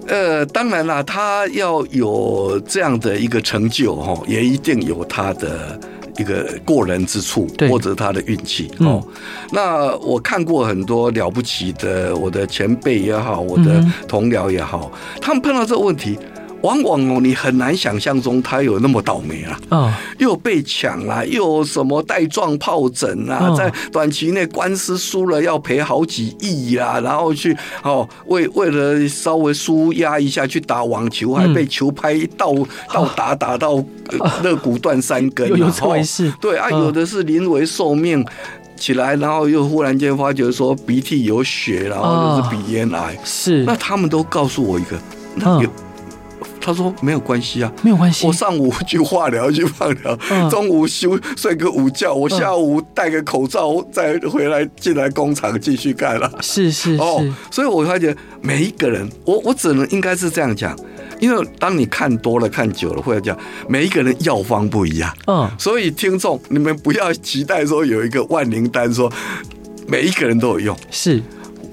S2: 呃，当然啦，他要有这样的一个成就哈，也一定有他的一个过人之处
S1: 对，
S2: 或者他的运气
S1: 嗯
S2: 哦。那我看过很多了不起的，我的前辈也好，我的
S1: 嗯
S2: 同僚也好，他们碰到这个问题。往往哦，你很难想象中他有那么倒霉啊，
S1: 啊，
S2: 又被抢啦、又什么带状疱疹啊
S1: 嗯，
S2: 在短期内官司输了要赔好几亿啦、然后去哦为为了稍微舒压一下去打网球，
S1: 嗯
S2: 还被球拍倒倒打打到呃肋骨断三
S1: [laughs]
S2: 根、
S1: 有
S2: 啊，
S1: 有这回
S2: 哦
S1: 事
S2: 对啊，
S1: 嗯
S2: 有的是临危受命。起来，然后又忽然间发觉说鼻涕有血，然后就是鼻咽癌。
S1: 嗯是
S2: 那他们都告诉我一个，那
S1: 嗯
S2: 有，他说没有关系啊，
S1: 没有关系
S2: 我，上午去化疗去放疗，
S1: 嗯
S2: 中午休睡个午觉，我
S1: 嗯
S2: 下午戴个口罩再回来进来工厂继续干了。
S1: 是是
S2: 哦
S1: 是，，
S2: 所以我发觉每一个人，我我只能应该是这样讲，因为当你看多了、看久了，或者讲每一个人药方不一样，
S1: 嗯，
S2: 所以听众你们不要期待说有一个万灵丹说每一个人都有用，
S1: 是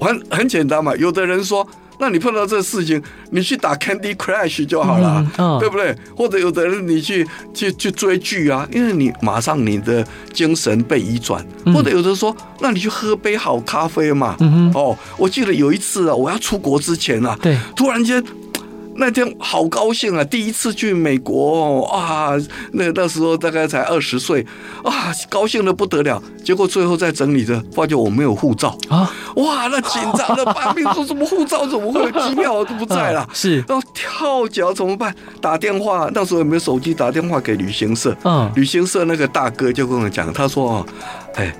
S2: 很很简单嘛。有的人说，那你碰到这事情，你去打 Candy Crush 就好了，
S1: 嗯嗯
S2: 对不对？或者有的人你去去去追剧啊，因为你马上你的精神被移转。
S1: 嗯
S2: 或者有的说，那你去喝杯好咖啡嘛。
S1: 嗯
S2: 哦，我记得有一次啊，我要出国之前啊，
S1: 对，
S2: 突然间。那天好高兴啊！第一次去美国哦啊，那那时候大概才二十岁啊，高兴的不得了。结果最后在整理着，发觉我没有护照，
S1: 啊，
S2: 哇，那紧张了，
S1: [laughs]
S2: 爸兵说什么护照怎么会有机票都不在了
S1: 嗯，是，
S2: 然后跳脚怎么办？打电话，那时候有没有手机？打电话给旅行社，
S1: 嗯，
S2: 旅行社那个大哥就跟我讲，他说哦，哎，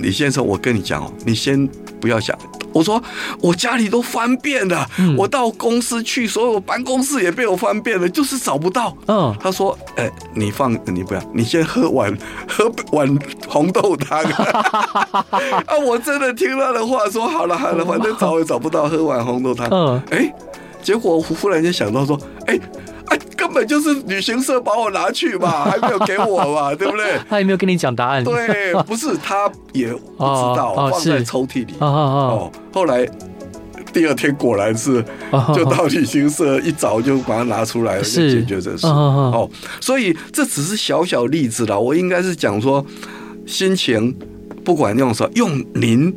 S2: 李先生，我跟你讲哦，你先不要想。我说我家里都翻遍了，
S1: 嗯
S2: 我到公司去，所有办公室也被我翻遍了，就是找不到。
S1: 嗯，
S2: 他说：“哎、你放你不要，你先喝碗 [laughs] 喝碗红
S1: [laughs]
S2: 豆汤。” [laughs] 啊，我真的听他的话说好了好了，反正找也找不到，喝碗红豆汤。
S1: 哦嗯
S2: 哎、结果我忽然间想到说，哎、啊，根本就是旅行社把我拿去
S1: [laughs]
S2: 嘛，还没有给我嘛，对不对？
S1: 他也没有跟你讲答案，啊
S2: 对，不是他也不知
S1: 哦
S2: 道、
S1: 哦
S2: 放在
S1: 是
S2: 抽屉里
S1: 啊啊
S2: 哦。后来第二天果然是
S1: 啊，
S2: 就到旅行社一早就把它拿出来了，哦就是解决这事。
S1: 嗯嗯嗯
S2: 哦，所以这只是小小例子啦。我应该是讲说，心情不管用什么，用您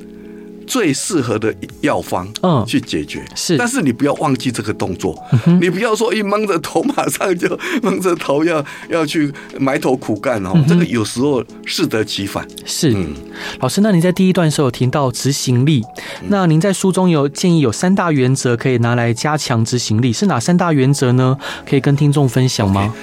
S2: 最适合的药方
S1: 嗯
S2: 去解决。
S1: 是
S2: 但是嗯你不要忘记这个动作，你不要说一蒙着头马上就 [laughs] 蒙着头要要去埋头苦干哦，这个有时候适得其反。
S1: 是。
S2: 嗯，
S1: 老师，那您在第一段的时候有提到执行力，
S2: 嗯
S1: 那您在书中有建议有三大原则可以拿来加强执行力，是哪三大原则呢？可以跟听众分享吗？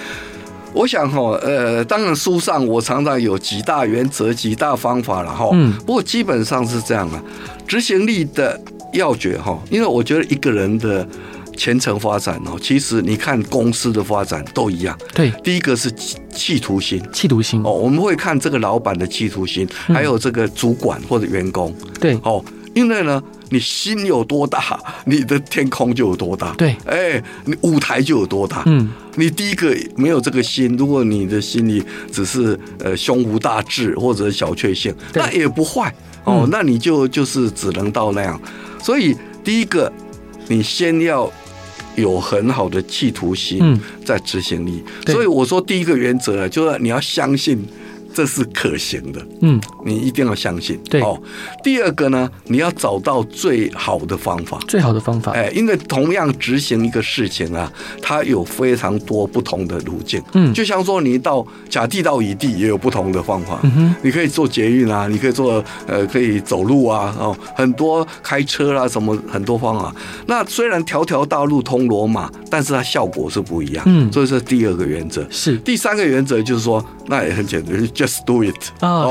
S2: 我想哈，呃，当然书上我常常有几大原则、几大方法了哈。
S1: 嗯
S2: 不过基本上是这样啊，执行力的要诀哈，因为我觉得一个人的前程发展哦，其实你看公司的发展都一样，
S1: 对，
S2: 第一个是企企图心。
S1: 企图心，
S2: 哦，我们会看这个老板的企图心，
S1: 嗯
S2: 还有这个主管或者员工。
S1: 对，
S2: 哦，因为呢，你心有多大，你的天空就有多大。
S1: 对
S2: 哎，你舞台就有多大。
S1: 嗯，
S2: 你第一个没有这个心，如果你的心里只是呃胸无大志或者小确幸，
S1: 对
S2: 那也不坏哦。
S1: 嗯
S2: 那你就就是只能到那样。所以第一个，你先要有很好的企图心，
S1: 嗯
S2: 再执行力。
S1: 对
S2: 所以我说第一个原则啊，就是你要相信这是可行的。
S1: 嗯，
S2: 你一定要相信。
S1: 对
S2: 哦，第二个呢，你要找到最好的方法。
S1: 最好的方法，
S2: 哎，因为同样执行一个事情啊，它有非常多不同的路径。
S1: 嗯
S2: 就像说你到甲地到乙地也有不同的方法。
S1: 嗯哼，
S2: 你可以坐捷运啊，你可以坐呃，可以走路啊，哦，很多开车啦、什么很多方法。那虽然条条大路通罗马，但是它效果是不一样。
S1: 嗯
S2: 所以这是第二个原则。
S1: 是，
S2: 第三个原则就是说，那也很简单，就，just do it 哦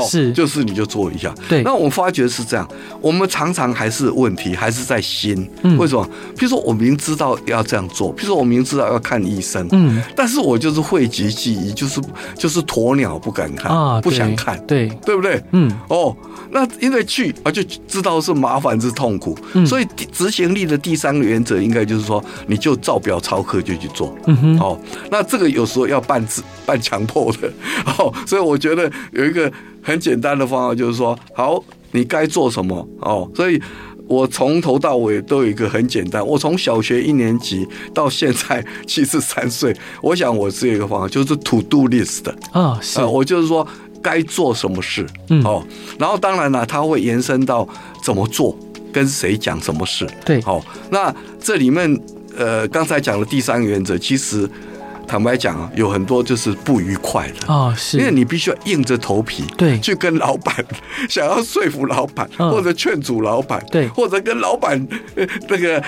S1: 啊是
S2: 就是你就做一下。
S1: 对
S2: 那我发觉是这样，我们常常还是问题还是在心。
S1: 嗯
S2: 为什么？比如说我明知道要这样做，比如说我明知道要看医生，
S1: 嗯
S2: 但是我就是讳疾忌医，就是就是鸵鸟不敢看，
S1: 啊，
S2: 不想
S1: 对
S2: 看，
S1: 对，
S2: 对不对？
S1: 嗯
S2: 哦，那因为去啊就知道是麻烦是痛苦，
S1: 嗯
S2: 所以第执行力的第三个原则应该就是说，你就照表操课就去做。
S1: 嗯哼，
S2: 哦，那这个有时候要半自半强迫的， [laughs] 哦，所以我觉得有一个很简单的方法就是说，好，你该做什么哦，所以。我从头到尾都有一个很简单，我从小学一年级到现在七十三岁，我想我是有一个方法，就是 to do list 的，
S1: 啊是
S2: 呃，，我就是说该做什么事，
S1: 嗯
S2: 哦，然后当然了，它会延伸到怎么做，跟谁讲什么事，
S1: 对，
S2: 好、那这里面呃，刚才讲的第三个原则，其实坦白讲啊，有很多就是不愉快的。
S1: 啊
S2: 因为
S1: 是，
S2: 你必须要硬着头皮，
S1: 对
S2: 去跟老
S1: [laughs]
S2: 板想要说服老板，
S1: 哎嗯
S2: 或者劝阻老板，
S1: 对
S2: 或者跟老板呃那个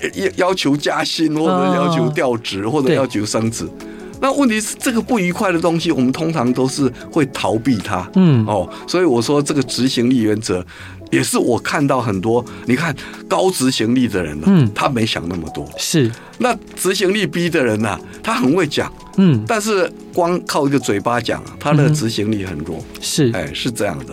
S2: 呃要要求加薪，或者要求调职，或者
S1: 嗯对
S2: 要求升职。那问题是，这个不愉快的东西，我们通常都是会逃避它，
S1: 嗯
S2: 哦，所以我说这个执行力原则，也是我看到很多，你看高执行力的人呢、啊
S1: 嗯
S2: 他没想那么多；
S1: 是，
S2: 那执行力低的人呢、啊他很会讲，
S1: 嗯
S2: 但是光靠一个嘴巴讲，啊他
S1: 嗯
S2: 的
S1: 哼
S2: 执行力很弱。
S1: 是。
S2: 哎，是这样的，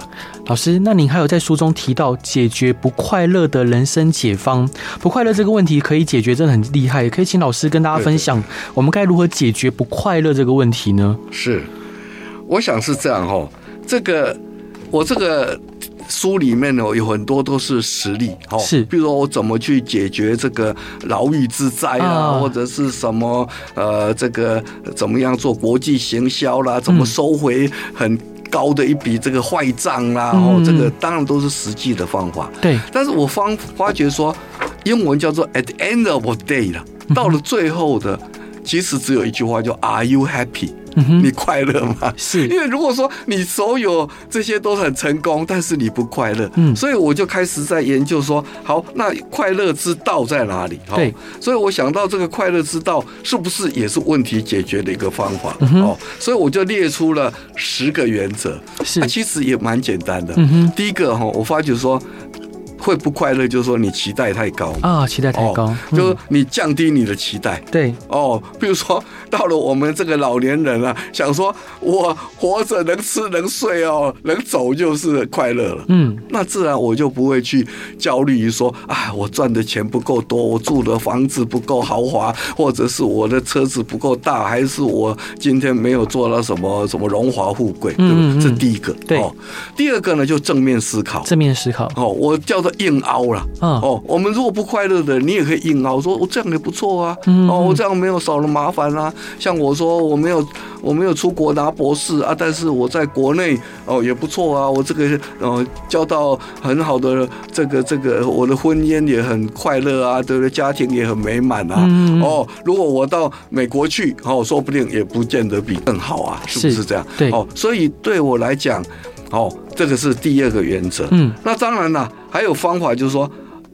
S1: 老师，那您还有在书中提到解决不快乐的人生解方，不快乐这个问题可以解决，真的很厉害。可以请老师跟大家分享，我们该如何解决不快乐这个问题呢？
S2: 是，我想是这样哦。这个我这个书里面呢，有很多都是实例哦，
S1: 是
S2: 比如说我怎么去解决这个牢狱之灾啊，
S1: 啊
S2: 或者是什么呃，这个怎么样做国际行销啦，怎么
S1: 嗯
S2: 收回很高的一笔这个坏账啦，哦，
S1: 嗯
S2: 这个当然都是实际的方法。
S1: 对，
S2: 但是我方发觉说，英文叫做 at the end of the day 了，
S1: 嗯
S2: 到了最后的，其实只有一句话叫 Are you happy？
S1: 嗯哼，
S2: 你快乐吗？因
S1: 是，
S2: 为如果说你所有这些都很成功，但是你不快乐，
S1: 嗯
S2: 所以我就开始在研究说，好，那快乐之道在哪里？哦
S1: 对，
S2: 所以我想到这个快乐之道是不是也是问题解决的一个方法？
S1: 嗯哼
S2: 哦，所以我就列出了十个原则，
S1: 是
S2: 啊，其实也蛮简单的。
S1: 嗯哼，
S2: 第一个哈，我发觉说会不快乐，就是说你期待太高嘛，
S1: 啊，期待太高，嗯
S2: 哦就是你降低你的期待。
S1: 对，
S2: 哦，比如说到了我们这个老年人啊，想说我活着能吃能睡哦，能走就是快乐了。
S1: 嗯，
S2: 那自然我就不会去焦虑于说，啊，我赚的钱不够多，我住的房子不够豪华，或者是我的车子不够大，还是我今天没有做到什么什么荣华富贵，对不对？
S1: 嗯嗯嗯
S2: 这第一个。哦
S1: 对
S2: 第二个呢，就正面思考。
S1: 正面思考，
S2: 哦，我叫做硬凹啦。
S1: 啊
S2: 哦，我们如果不快乐的，你也可以硬凹，说我哦这样也不错啊。
S1: 嗯
S2: 哦，我这样没有少了麻烦啊。像我说我没有我没有出国拿博士啊，但是我在国内哦也不错啊。我这个呃交到很好的这个这个我的婚姻也很快乐啊，对不对？家庭也很美满啊。
S1: 嗯
S2: 哦，如果我到美国去，哦，说不定也不见得比更好啊，是不
S1: 是
S2: 是这样？
S1: 对
S2: 哦，所以对我来讲，哦，这个是第二个原则。
S1: 嗯，
S2: 那当然啦，还有方法，就是说，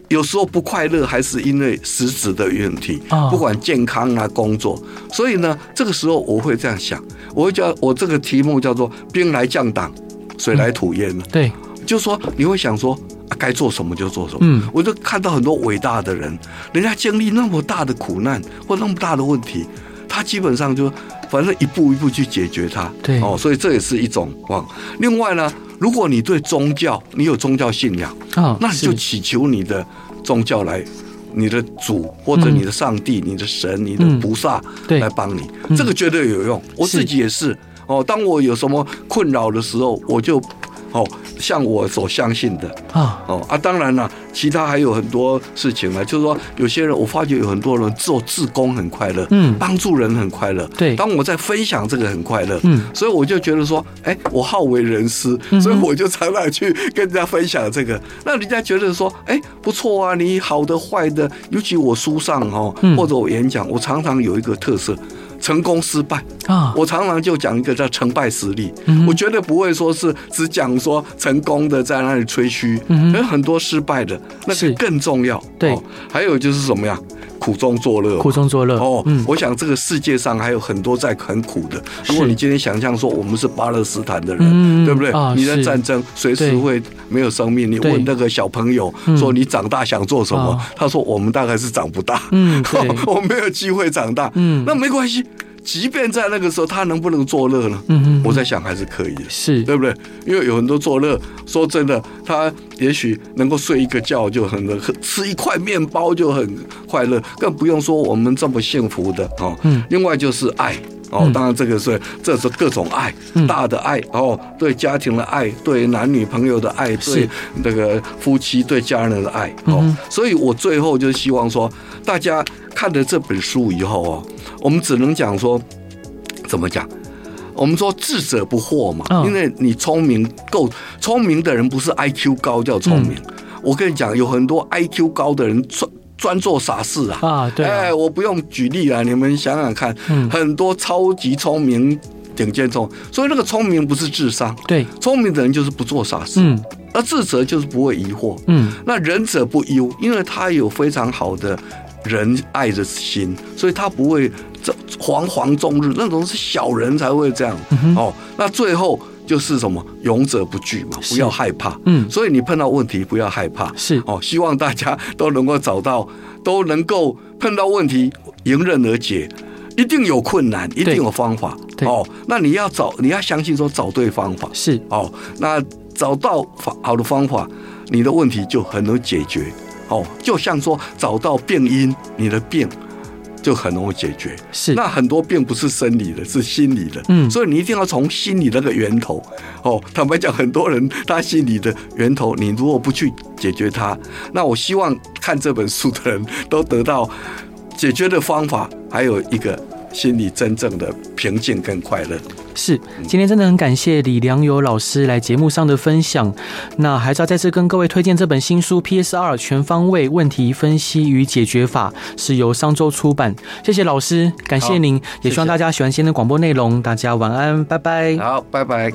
S2: 有时候不快乐还是因为实质的问题，
S1: 啊
S2: 不管健康啊、工作。所以呢，这个时候我会这样想，我会叫我这个题目叫做“兵来将挡，水来土掩”呢，
S1: 对，
S2: 就是说你会想说。啊该做什么就做什么。
S1: 嗯
S2: 我就看到很多伟大的人，人家经历那么大的苦难或那么大的问题，他基本上就反正一步一步去解决它。
S1: 对
S2: 哦，所以这也是一种望。另外呢，如果你对宗教，你有宗教信仰，
S1: 啊，
S2: 那你就是祈求你的宗教来，你的主或者
S1: 嗯
S2: 你的上帝、你的神、你的
S1: 嗯
S2: 菩萨
S1: 对
S2: 来帮你，
S1: 嗯
S2: 这个绝对有用。我
S1: 是
S2: 自己也是哦，当我有什么困扰的时候，我就哦像我所相信的
S1: 啊，
S2: 哦啊，当然了，其他还有很多事情啊，就是说有些人，我发觉有很多人做志工很快乐，
S1: 嗯
S2: 帮助人很快乐，
S1: 对
S2: 当我在分享这个很快乐，
S1: 嗯
S2: 所以我就觉得说，哎，我好为人师，所以我就常常去跟人家分享这个。那人家觉得说，哎，不错啊，你好的坏的，尤其我书上哦
S1: 嗯，
S2: 或者我演讲，我常常有一个特色，成功失败。
S1: 啊，
S2: 我常常就讲一个叫成败实例，
S1: 嗯哼
S2: 我绝对不会说是只讲说成功的在那里吹嘘，
S1: 嗯哼
S2: 有很多失败的，那
S1: 是
S2: 个更重要。哦
S1: 对
S2: 还有就是什么呀？苦中作乐嘛，
S1: 苦中作乐
S2: 哦，
S1: 嗯
S2: 我想这个世界上还有很多在很苦的。如果
S1: 是
S2: 你今天想象说我们是巴勒斯坦的人，
S1: 嗯
S2: 对不对？
S1: 啊
S2: 你在
S1: 是
S2: 战争随时
S1: 对
S2: 会没有生命。你
S1: 对
S2: 问那个小朋友
S1: 嗯
S2: 说你长大想做什么？
S1: 啊
S2: 他说我们大概是长不大，
S1: 嗯对
S2: [laughs] 我没有机会长大。
S1: 嗯
S2: 那没关系，即便在那个时候，他能不能作乐呢？
S1: 嗯嗯，
S2: 我在想还是可以的。
S1: 是
S2: 对不对？因为有很多作乐，说真的，他也许能够睡一个觉就很乐，吃一块面包就很快乐，更不用说我们这么幸福的哦。
S1: 嗯
S2: 另外就是爱。哦
S1: 嗯，
S2: 当然这个是，这是各种爱
S1: 嗯，
S2: 大的爱哦，对家庭的爱，对男女朋友的爱，
S1: 是
S2: 对那个夫妻、对家人的爱哦
S1: 嗯哼。
S2: 所以我最后就希望说，大家看了这本书以后哦，我们只能讲说，怎么讲？我们说智者不惑嘛，
S1: 嗯
S2: 因为你聪明够聪明的人不是 I Q 高叫聪明。
S1: 嗯
S2: 我跟你讲，有很多 I Q 高的人专专做傻事啊。
S1: 啊，对
S2: 哎，
S1: 啊，
S2: 我不用举例了，你们想想看，
S1: 嗯
S2: 很多超级聪明、顶尖聪，所以那个聪明不是智商，
S1: 对，
S2: 聪明的人就是不做傻事，
S1: 嗯
S2: 而智者就是不会疑惑。
S1: 嗯
S2: 那仁者不忧，因为他有非常好的仁爱的心，所以他不会这惶惶终日，那种是小人才会这样、
S1: 嗯
S2: 哦。那最后就是什么？勇者不惧嘛，
S1: 是
S2: 不要害怕。
S1: 嗯，
S2: 所以你碰到问题不要害怕
S1: 是
S2: 哦。希望大家都能够找到，都能够碰到问题迎刃而解。一定有困难，一定有方法
S1: 对
S2: 哦。那你要找，你要相信说找对方法，
S1: 是，
S2: 哦，那找到法好的方法，你的问题就很能解决。哦，就像说找到病因，你的病就很容易解决。
S1: 是
S2: 那很多病不是生理的，是心理的。
S1: 嗯
S2: 所以你一定要从心理那个源头。哦，坦白讲，很多人他心理的源头，你如果不去解决它，那我希望看这本书的人都得到解决的方法，还有一个心理真正的平静跟快乐。
S1: 是，今天真的很感谢李良友老师来节目上的分享。那还是要再次跟各位推荐这本新书《PSR 全方位问题分析与解决法》，是由商周出版。谢谢老师，感谢
S2: 好
S1: 您，也
S2: 谢
S1: 希望
S2: 谢
S1: 大家喜欢今天的广播内容。大家晚安，拜拜。
S2: 好，拜拜。